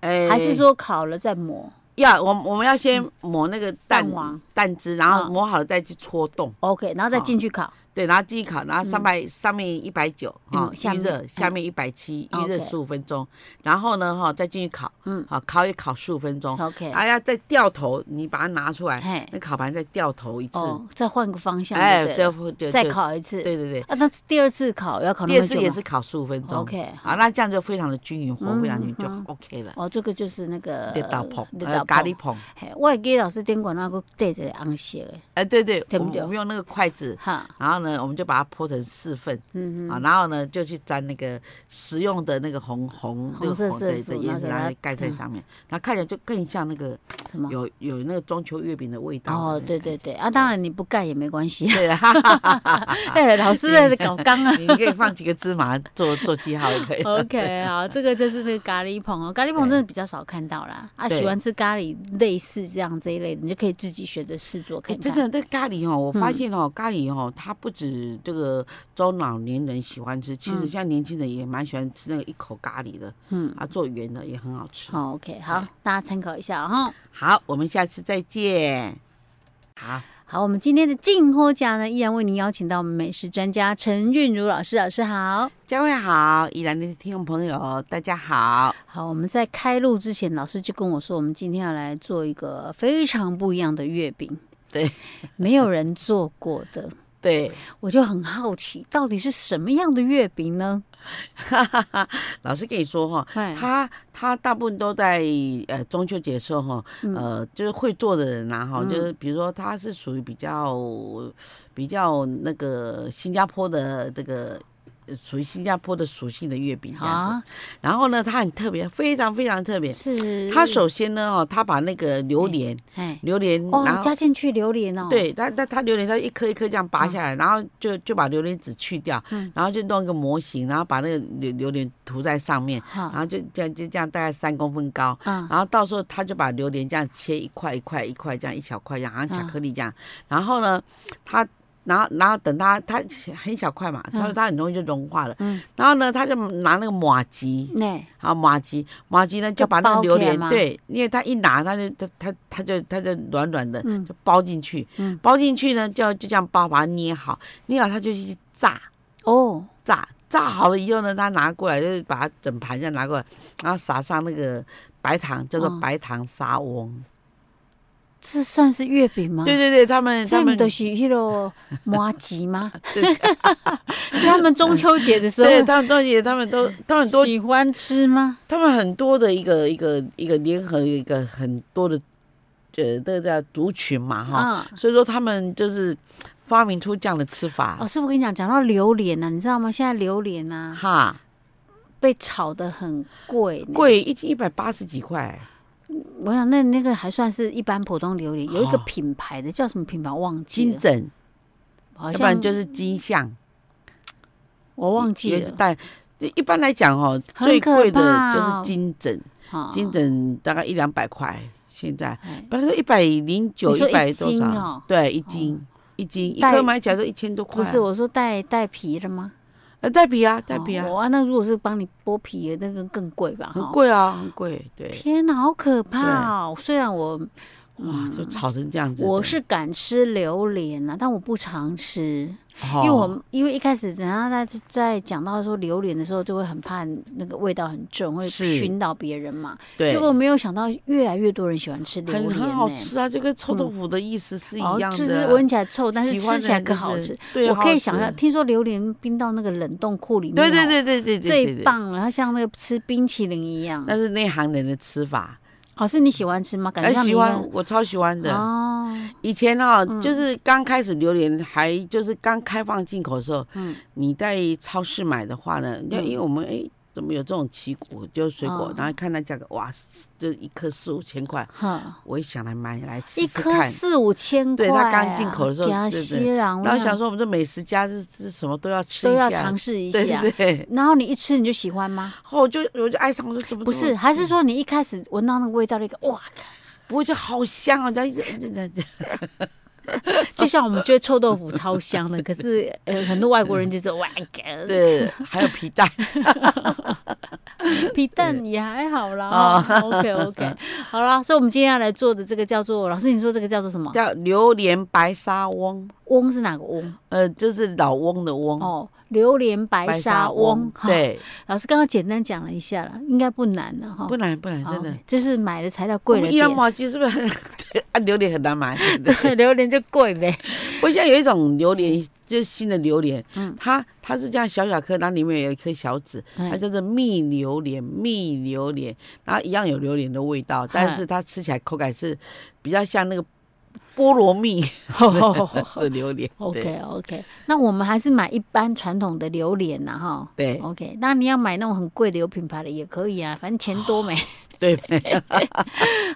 [SPEAKER 2] 哎
[SPEAKER 1] 还是说烤了再抹
[SPEAKER 2] 要我们我们要先抹那个蛋
[SPEAKER 1] 蛋黄嗯
[SPEAKER 2] 蛋汁，然后抹好了再去戳洞，
[SPEAKER 1] ？OK，然后再进去烤。
[SPEAKER 2] 对，然后继续烤，然后上百上面一百九哈
[SPEAKER 1] 嗯下
[SPEAKER 2] 预
[SPEAKER 1] 面
[SPEAKER 2] 热，
[SPEAKER 1] 嗯
[SPEAKER 2] 下面一百七预
[SPEAKER 1] OK
[SPEAKER 2] 热十五分钟，然后呢哈再进去烤，
[SPEAKER 1] 嗯
[SPEAKER 2] 好烤也烤十五分钟，
[SPEAKER 1] OK，
[SPEAKER 2] 哎呀再掉头，你把它拿出来，
[SPEAKER 1] 嘿，
[SPEAKER 2] 那烤盘再掉头一次，
[SPEAKER 1] 哦，再换个方向，
[SPEAKER 2] 哎
[SPEAKER 1] 对，不对
[SPEAKER 2] 对
[SPEAKER 1] 了
[SPEAKER 2] 对
[SPEAKER 1] 再
[SPEAKER 2] 对
[SPEAKER 1] 烤一次。
[SPEAKER 2] 对对对，
[SPEAKER 1] 啊，那第二次烤要烤那
[SPEAKER 2] 第
[SPEAKER 1] 么
[SPEAKER 2] 二
[SPEAKER 1] 久
[SPEAKER 2] 次也
[SPEAKER 1] 吗
[SPEAKER 2] 是烤十五分钟
[SPEAKER 1] OK，
[SPEAKER 2] 好，那这样就非常的均匀，火
[SPEAKER 1] 嗯
[SPEAKER 2] 非常均匀就
[SPEAKER 1] 嗯
[SPEAKER 2] OK 了。
[SPEAKER 1] 哦，这个就是那个
[SPEAKER 2] 绿豆椪，
[SPEAKER 1] 绿
[SPEAKER 2] 呃
[SPEAKER 1] 豆
[SPEAKER 2] 咖
[SPEAKER 1] 咖
[SPEAKER 2] 喱
[SPEAKER 1] 喱。
[SPEAKER 2] 椪，
[SPEAKER 1] 嘿，我会记得老师顶管那个带一个红色的，
[SPEAKER 2] 哎，对对，
[SPEAKER 1] 对
[SPEAKER 2] 我
[SPEAKER 1] 不
[SPEAKER 2] 们
[SPEAKER 1] 对
[SPEAKER 2] 我们用那个筷子，
[SPEAKER 1] 哈，
[SPEAKER 2] 然后呢，我们就把它剖成四份
[SPEAKER 1] 嗯
[SPEAKER 2] 啊，然后呢，就去沾那个食用的那个红红
[SPEAKER 1] 红
[SPEAKER 2] 那个
[SPEAKER 1] 色
[SPEAKER 2] 红
[SPEAKER 1] 色
[SPEAKER 2] 的
[SPEAKER 1] 素
[SPEAKER 2] 的
[SPEAKER 1] 然
[SPEAKER 2] 叶
[SPEAKER 1] 后
[SPEAKER 2] 子，
[SPEAKER 1] 给
[SPEAKER 2] 然后
[SPEAKER 1] 它
[SPEAKER 2] 盖在
[SPEAKER 1] 嗯
[SPEAKER 2] 上面，然后看起来就更像那个
[SPEAKER 1] 哼，什么？
[SPEAKER 2] 有有那个中秋月饼的味道。
[SPEAKER 1] 哦，对对对，啊，当然你不盖也没关 系。
[SPEAKER 2] 对啊，
[SPEAKER 1] 哎，老师在搞刚 啊。
[SPEAKER 2] 你可以放几个芝麻做做记号也可以。
[SPEAKER 1] OK，好，这个就是那个咖喱棚哦，咖喱棚
[SPEAKER 2] 对
[SPEAKER 1] 真的比较少看到啦。啊，
[SPEAKER 2] 对
[SPEAKER 1] 喜欢吃咖喱类似这样这一类的，你就可以自己学着试做
[SPEAKER 2] 哎，
[SPEAKER 1] 看
[SPEAKER 2] 真
[SPEAKER 1] 看。
[SPEAKER 2] 的，这咖喱哦，我发现哦，咖喱哦，它不止这个中老年人喜欢吃，其实
[SPEAKER 1] 嗯
[SPEAKER 2] 现在年轻人也蛮喜欢吃那个一口咖喱的，
[SPEAKER 1] 嗯，
[SPEAKER 2] 啊，做圆的也很好吃。
[SPEAKER 1] 好，OK，好，大家参考一下啊哈。
[SPEAKER 2] 好，我们下次再见。好，
[SPEAKER 1] 好，我们今天的进货家呢，依然为您邀请到我们美食专家陈韵如老师，老师好。
[SPEAKER 2] 嘉惠好，宜兰的听众朋友大家好。
[SPEAKER 1] 好，我们在开录之前，老师就跟我说，我们今天要来做一个非常不一样的月饼，
[SPEAKER 2] 对，
[SPEAKER 1] 没有人做过的，
[SPEAKER 2] 对，
[SPEAKER 1] 我就很好奇，到底是什么样的月饼呢？
[SPEAKER 2] 老师跟你说哦哈、
[SPEAKER 1] 哎，
[SPEAKER 2] 他他大部分都在呃中秋节的时候哈，呃就是会做的人呐、哈、
[SPEAKER 1] 嗯
[SPEAKER 2] 就是比如说他是属于比较比较那个新加坡的这个呃属于新加坡的属性的月饼这样子。，
[SPEAKER 1] 啊
[SPEAKER 2] 然后呢，它很特别，非常非常特别。
[SPEAKER 1] 是
[SPEAKER 2] 它首先呢，哦，它把那个榴莲，
[SPEAKER 1] 哎
[SPEAKER 2] 榴莲，然
[SPEAKER 1] 哦
[SPEAKER 2] 后
[SPEAKER 1] 加进去榴莲哦，，嗯
[SPEAKER 2] 对，它它它榴莲，它一颗一颗这样拔下来，然后就就把榴莲籽去掉，然后就弄一个模型，然后把那个榴榴莲涂在上面，然
[SPEAKER 1] 好
[SPEAKER 2] 后就这样就这样大概三公分高。
[SPEAKER 1] 啊，
[SPEAKER 2] 然后到时候他就把榴莲这样切一块一块一块这样一小块这样，好
[SPEAKER 1] 嗯
[SPEAKER 2] 像巧克力这样。然后呢，他然后然后等他他很小块嘛，他说他很容易就融化了。
[SPEAKER 1] 嗯
[SPEAKER 2] 然后呢，他就拿那个马吉
[SPEAKER 1] 那
[SPEAKER 2] 啊马吉马吉呢就把那
[SPEAKER 1] 包
[SPEAKER 2] 个榴
[SPEAKER 1] 起来
[SPEAKER 2] 莲
[SPEAKER 1] 吗
[SPEAKER 2] 对，因为他一拿他就他他他就他就软软的
[SPEAKER 1] 嗯
[SPEAKER 2] 就包进去
[SPEAKER 1] 嗯，
[SPEAKER 2] 包进去呢就就这样包把它捏好，捏好他就去炸。
[SPEAKER 1] 哦
[SPEAKER 2] 炸炸好了以后呢，他拿过来就是把它整盘这样拿过来，然后撒上那个白糖，叫做
[SPEAKER 1] 哦
[SPEAKER 2] 白糖沙翁。
[SPEAKER 1] 这算是月饼吗？
[SPEAKER 2] 对对对，他们他
[SPEAKER 1] 哦这
[SPEAKER 2] 们
[SPEAKER 1] 不就是迄个麻吉吗？
[SPEAKER 2] 对
[SPEAKER 1] 是他们中秋节的时候
[SPEAKER 2] 对他们东西，他们都他们很多
[SPEAKER 1] 喜欢吃吗？
[SPEAKER 2] 他们很多的一个一个一个联合一个很多的呃这个叫族群嘛哈，
[SPEAKER 1] 啊，
[SPEAKER 2] 所以说他们就是发明出这样的吃法
[SPEAKER 1] 老师，我跟你讲，讲到榴莲啊，你知道吗？现在榴莲哦啊
[SPEAKER 2] 哈，
[SPEAKER 1] 被炒得很贵呢，
[SPEAKER 2] 贵一一百八十几块，
[SPEAKER 1] 啊我想那那个还算是一般普通榴莲，有一个
[SPEAKER 2] 哦
[SPEAKER 1] 品牌的叫什么品牌忘记
[SPEAKER 2] 金
[SPEAKER 1] 了，
[SPEAKER 2] 枕，
[SPEAKER 1] 好
[SPEAKER 2] 要不然
[SPEAKER 1] 像
[SPEAKER 2] 就是金象，
[SPEAKER 1] 我忘记
[SPEAKER 2] 原子
[SPEAKER 1] 了。
[SPEAKER 2] 弹。一般来讲哦，
[SPEAKER 1] 啊很
[SPEAKER 2] 最
[SPEAKER 1] 可
[SPEAKER 2] 贵的
[SPEAKER 1] 怕
[SPEAKER 2] 就是
[SPEAKER 1] 哦
[SPEAKER 2] 金枕。
[SPEAKER 1] 啊
[SPEAKER 2] 金枕大概一两百块，现在
[SPEAKER 1] 哎
[SPEAKER 2] 本来说一百零九、
[SPEAKER 1] 你说
[SPEAKER 2] 一百
[SPEAKER 1] 一
[SPEAKER 2] 多
[SPEAKER 1] 斤
[SPEAKER 2] 少
[SPEAKER 1] 哦，
[SPEAKER 2] 对，一斤一斤一
[SPEAKER 1] 带
[SPEAKER 2] 颗买起来都一千多块
[SPEAKER 1] 不
[SPEAKER 2] 啊，
[SPEAKER 1] 是我说带带皮了吗？
[SPEAKER 2] 呃带皮啊，带皮啊
[SPEAKER 1] 哦，哇，那如果是帮你剥皮的那个更贵吧？
[SPEAKER 2] 很
[SPEAKER 1] 哈。
[SPEAKER 2] 贵啊，很贵，对，
[SPEAKER 1] 天哪，好可怕哦！虽然我
[SPEAKER 2] 哇，就炒成这样子
[SPEAKER 1] 嗯
[SPEAKER 2] 的，
[SPEAKER 1] 我是敢吃榴莲啊，但我不常吃，
[SPEAKER 2] 因
[SPEAKER 1] 因为我因为一开始人家在在讲到说榴莲的时候，就会很怕那个味道很重，会
[SPEAKER 2] 是
[SPEAKER 1] 熏到别人嘛。
[SPEAKER 2] 对
[SPEAKER 1] 结果没有想到，越来越多人喜欢吃榴
[SPEAKER 2] 很
[SPEAKER 1] 莲、欸，
[SPEAKER 2] 很好吃啊，就跟臭豆腐的意思是一样的啊，
[SPEAKER 1] 哦，就是闻起来臭，但是
[SPEAKER 2] 喜欢
[SPEAKER 1] 吃起
[SPEAKER 2] 的
[SPEAKER 1] 来
[SPEAKER 2] 人
[SPEAKER 1] 可
[SPEAKER 2] 就是
[SPEAKER 1] 好吃。，
[SPEAKER 2] 对，
[SPEAKER 1] 我可以
[SPEAKER 2] 好
[SPEAKER 1] 想
[SPEAKER 2] 吃
[SPEAKER 1] 象，，听说榴莲冰到那个冷冻库里面，啊
[SPEAKER 2] 对对，对对对对，对
[SPEAKER 1] 最。棒了，它像那个吃冰淇淋一样。
[SPEAKER 2] 那是内行人的吃法，
[SPEAKER 1] 哦，是你喜欢吃吗？感觉
[SPEAKER 2] 哎，
[SPEAKER 1] 像你
[SPEAKER 2] 喜
[SPEAKER 1] 应
[SPEAKER 2] 欢
[SPEAKER 1] 该
[SPEAKER 2] 我超喜欢的。
[SPEAKER 1] 哦，
[SPEAKER 2] 以前哦，
[SPEAKER 1] 嗯
[SPEAKER 2] 就是刚开始榴莲还就是刚开放进口的时候，
[SPEAKER 1] 嗯
[SPEAKER 2] 你在超市买的话呢，那
[SPEAKER 1] 嗯
[SPEAKER 2] 因为我们哎、怎么有这种奇果，就是水果，
[SPEAKER 1] 哦
[SPEAKER 2] 然后看它价格，哇，就一颗四五千块，
[SPEAKER 1] 哈，
[SPEAKER 2] 我也想来买来吃
[SPEAKER 1] 一
[SPEAKER 2] 吃
[SPEAKER 1] 颗
[SPEAKER 2] 看。
[SPEAKER 1] 四五千块
[SPEAKER 2] 对
[SPEAKER 1] 啊，
[SPEAKER 2] 它刚进口的时候
[SPEAKER 1] 加
[SPEAKER 2] 对
[SPEAKER 1] 西
[SPEAKER 2] 对
[SPEAKER 1] 然
[SPEAKER 2] 然后想说我们这美食家是是什么都要吃
[SPEAKER 1] 都
[SPEAKER 2] 一
[SPEAKER 1] 要
[SPEAKER 2] 下，
[SPEAKER 1] 尝试一
[SPEAKER 2] 对
[SPEAKER 1] 下。
[SPEAKER 2] 对对。
[SPEAKER 1] 然后你一吃你就喜欢吗？
[SPEAKER 2] 后我就我就爱上，我说怎么
[SPEAKER 1] 不是，还是说你一开始闻到那个味道的一个哇，
[SPEAKER 2] 不过就好香啊，这样一直
[SPEAKER 1] 就像我们觉得臭豆腐超香的，可是呃很多外国人就是哇，
[SPEAKER 2] 对，还有皮蛋，
[SPEAKER 1] 皮蛋也还好啦。
[SPEAKER 2] 哦
[SPEAKER 1] 哈 OK OK，好啦，所以我们今天要来做的这个叫做，老师你说这个叫做什么？
[SPEAKER 2] 叫榴莲白沙翁，
[SPEAKER 1] 翁是哪个翁？
[SPEAKER 2] 呃，就是老翁的翁，
[SPEAKER 1] 哦，榴莲白沙翁。哈，
[SPEAKER 2] 对，
[SPEAKER 1] 老师刚刚简单讲了一下了，应该不难的哈。
[SPEAKER 2] 不然不然
[SPEAKER 1] 好
[SPEAKER 2] 真的。
[SPEAKER 1] 就是买的材料哦贵了
[SPEAKER 2] 一样
[SPEAKER 1] 点，
[SPEAKER 2] 毛鸡是不是 很对啊？榴莲很难买，对不对？
[SPEAKER 1] 榴莲就贵呗。
[SPEAKER 2] 我现在有一种榴莲，就是新的榴莲，
[SPEAKER 1] 嗯
[SPEAKER 2] 它它是这样小小颗，然后里面有一颗小籽，它
[SPEAKER 1] 哎
[SPEAKER 2] 叫做蜜榴莲，蜜榴莲，然后一样有榴莲的味
[SPEAKER 1] 嗯
[SPEAKER 2] 道，但是它吃起来口感是比较像那个菠萝蜜
[SPEAKER 1] 哎
[SPEAKER 2] 的榴莲。对
[SPEAKER 1] 哦 OK OK，那我们还是买一般传统的榴莲呐哈。
[SPEAKER 2] 对
[SPEAKER 1] OK，那你要买那种很贵的有品牌的也可以啊，反正钱多 没。
[SPEAKER 2] 对，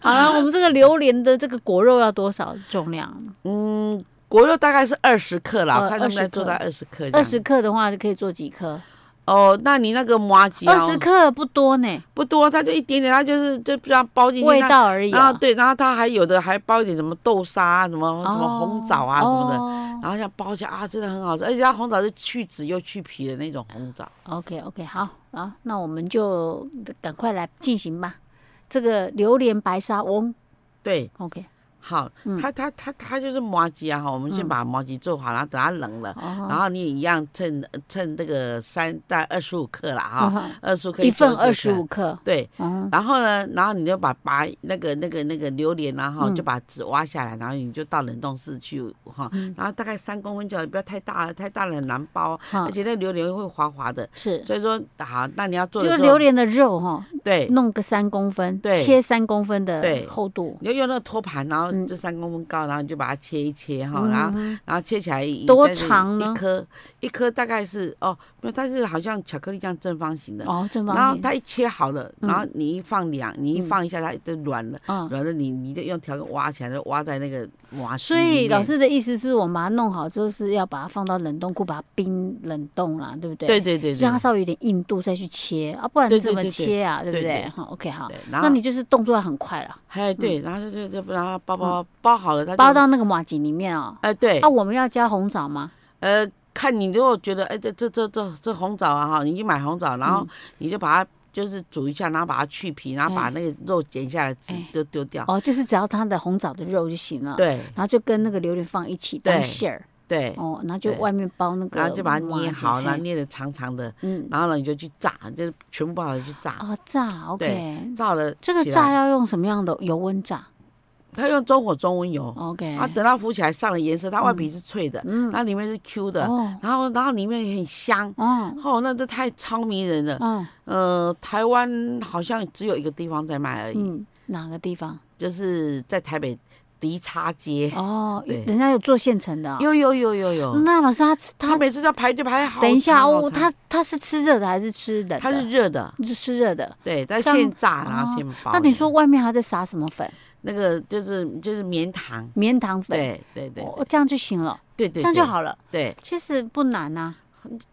[SPEAKER 1] 好了，我们这个榴莲的这个果肉要多少重量？
[SPEAKER 2] 嗯，果肉大概是二十克啦，
[SPEAKER 1] 呃
[SPEAKER 2] 我看他们
[SPEAKER 1] 20
[SPEAKER 2] 在做
[SPEAKER 1] 克
[SPEAKER 2] 到二十克这样。
[SPEAKER 1] 二十克的话就可以做几颗？
[SPEAKER 2] 哦，那你那个麻吉
[SPEAKER 1] 二十
[SPEAKER 2] 啊，
[SPEAKER 1] 克不多呢，
[SPEAKER 2] 不多，它就一点点，它就是就这样包进去，
[SPEAKER 1] 味
[SPEAKER 2] 那
[SPEAKER 1] 道而已、
[SPEAKER 2] 然
[SPEAKER 1] 啊
[SPEAKER 2] 后。对，然后它还有的还包一点什么豆沙啊、什么、什
[SPEAKER 1] 哦
[SPEAKER 2] 么红枣啊什么的，
[SPEAKER 1] 的。
[SPEAKER 2] 然后像包起来啊，真的很好吃，而且它红枣是去籽又去皮的那种红枣。
[SPEAKER 1] OK OK，好啊，那我们就赶快来进行吧。这个榴莲白沙翁
[SPEAKER 2] 对，
[SPEAKER 1] ，OK，
[SPEAKER 2] 好，
[SPEAKER 1] 嗯
[SPEAKER 2] 它它它它就是麻吉啊哈，我们先把麻吉做好，然后等它冷了，
[SPEAKER 1] 哦，
[SPEAKER 2] 然后你也一样称称这个三袋二十五克啦哈，
[SPEAKER 1] 啊
[SPEAKER 2] 二十五克
[SPEAKER 1] 一份二十。
[SPEAKER 2] 克
[SPEAKER 1] 五克，
[SPEAKER 2] 对，
[SPEAKER 1] 哦，
[SPEAKER 2] 然后呢，然后你就把把那个那个那个榴莲啊哈，
[SPEAKER 1] 嗯
[SPEAKER 2] 就把籽挖下来，然后你就到冷冻室去哈，
[SPEAKER 1] 嗯
[SPEAKER 2] 然后大概三公分就好，不要太大了，太大了很难包，
[SPEAKER 1] 好
[SPEAKER 2] 而且那榴莲会滑滑的。
[SPEAKER 1] 是，
[SPEAKER 2] 所以说，好，那你要做
[SPEAKER 1] 就
[SPEAKER 2] 的
[SPEAKER 1] 是
[SPEAKER 2] 时
[SPEAKER 1] 榴
[SPEAKER 2] 候，
[SPEAKER 1] 莲的嗯肉哈，
[SPEAKER 2] 对，
[SPEAKER 1] 弄个三公分，
[SPEAKER 2] 对
[SPEAKER 1] 切三公分
[SPEAKER 2] 对
[SPEAKER 1] 的厚度，
[SPEAKER 2] 你就用那个托盘，然后后就三公分高，然后你就把它切一切哈，哦然后
[SPEAKER 1] 嗯
[SPEAKER 2] 然后切起来一
[SPEAKER 1] 多
[SPEAKER 2] 但是
[SPEAKER 1] 长呢
[SPEAKER 2] 一颗一颗大概是哦，没有，它是好像巧克力这样正方形的。
[SPEAKER 1] 哦，正
[SPEAKER 2] 然
[SPEAKER 1] 方
[SPEAKER 2] 后
[SPEAKER 1] 面，
[SPEAKER 2] 它一切好了，然后你一放凉，你一
[SPEAKER 1] 嗯
[SPEAKER 2] 放一下，它就软了，
[SPEAKER 1] 嗯，
[SPEAKER 2] 软了你你就用条根挖起来，就挖在那个瓦斯
[SPEAKER 1] 所
[SPEAKER 2] 里
[SPEAKER 1] 以
[SPEAKER 2] 面
[SPEAKER 1] 老师的意思是我们把它弄好，就是要把它放到冷冻库，把它冰冷冻啦，对不对？
[SPEAKER 2] 对对对对
[SPEAKER 1] 让它，稍微有点硬度再去切啊，不然
[SPEAKER 2] 对对
[SPEAKER 1] 怎么
[SPEAKER 2] 对对
[SPEAKER 1] 切啊？对不
[SPEAKER 2] 对
[SPEAKER 1] 对？
[SPEAKER 2] 对
[SPEAKER 1] 好，OK，好，
[SPEAKER 2] 对然
[SPEAKER 1] 那
[SPEAKER 2] 后
[SPEAKER 1] 你就是动作要很快了，
[SPEAKER 2] 哎对，然后就就就然后包包包好了，它就
[SPEAKER 1] 包到那个马吉里面哦。
[SPEAKER 2] 哎对
[SPEAKER 1] 啊，我们要加红枣吗？
[SPEAKER 2] 呃，看你如果觉得哎、这这这这这红枣啊哈，你去买红枣，然
[SPEAKER 1] 嗯
[SPEAKER 2] 后你就把它就是煮一下，然后把它去皮，然后把
[SPEAKER 1] 哎
[SPEAKER 2] 那个肉剪下来，籽
[SPEAKER 1] 哎
[SPEAKER 2] 就丢掉。
[SPEAKER 1] 哦，就是只要它的红枣的肉就行了。。
[SPEAKER 2] 对
[SPEAKER 1] 然后就跟那个榴莲放一起当
[SPEAKER 2] 对
[SPEAKER 1] 馅儿
[SPEAKER 2] 对，
[SPEAKER 1] 哦，然后就
[SPEAKER 2] 对
[SPEAKER 1] 外面包那个麻糬，
[SPEAKER 2] 然后就把它捏好，然后
[SPEAKER 1] 嘿
[SPEAKER 2] 捏的长长的，
[SPEAKER 1] 嗯，
[SPEAKER 2] 然后呢你就去炸，就是全部包好了去炸，
[SPEAKER 1] 哦，炸，OK。
[SPEAKER 2] 炸了
[SPEAKER 1] 这个
[SPEAKER 2] 起
[SPEAKER 1] 炸
[SPEAKER 2] 来，
[SPEAKER 1] 要用什么样的油温炸
[SPEAKER 2] 它用中火中温油，
[SPEAKER 1] ？OK。
[SPEAKER 2] 啊，等到浮起来上了颜色，它外皮是脆的，
[SPEAKER 1] 哦哎嗯，
[SPEAKER 2] 那里面是 Q 的，
[SPEAKER 1] 哦，
[SPEAKER 2] 然后然后里面也很香，
[SPEAKER 1] 哦，
[SPEAKER 2] 哦，那这太超迷人了。
[SPEAKER 1] 哦，
[SPEAKER 2] 呃，台湾好像只有一个地方在卖而已，
[SPEAKER 1] 嗯，哪个地方？
[SPEAKER 2] 就是在台北迪叉街，
[SPEAKER 1] 哦，
[SPEAKER 2] 对
[SPEAKER 1] 人家有做现成的哦。
[SPEAKER 2] 有有有有有，
[SPEAKER 1] 那老师他吃
[SPEAKER 2] 他
[SPEAKER 1] 他
[SPEAKER 2] 每次要排队排好长。
[SPEAKER 1] 等一下
[SPEAKER 2] 好
[SPEAKER 1] 哦，
[SPEAKER 2] 长
[SPEAKER 1] 他他是吃热的还是吃冷的？
[SPEAKER 2] 它是热的，
[SPEAKER 1] 是吃热的。
[SPEAKER 2] 对，但
[SPEAKER 1] 像
[SPEAKER 2] 现炸
[SPEAKER 1] 哦
[SPEAKER 2] 然后现包
[SPEAKER 1] 那
[SPEAKER 2] 的。
[SPEAKER 1] 你说外面还在撒什么粉？
[SPEAKER 2] 那个就是就是棉糖，
[SPEAKER 1] 棉糖粉，
[SPEAKER 2] 对对对
[SPEAKER 1] 哦，这样就行了，
[SPEAKER 2] 对对，
[SPEAKER 1] 这样就
[SPEAKER 2] 对。
[SPEAKER 1] 好了。
[SPEAKER 2] 对
[SPEAKER 1] 其实不难呐，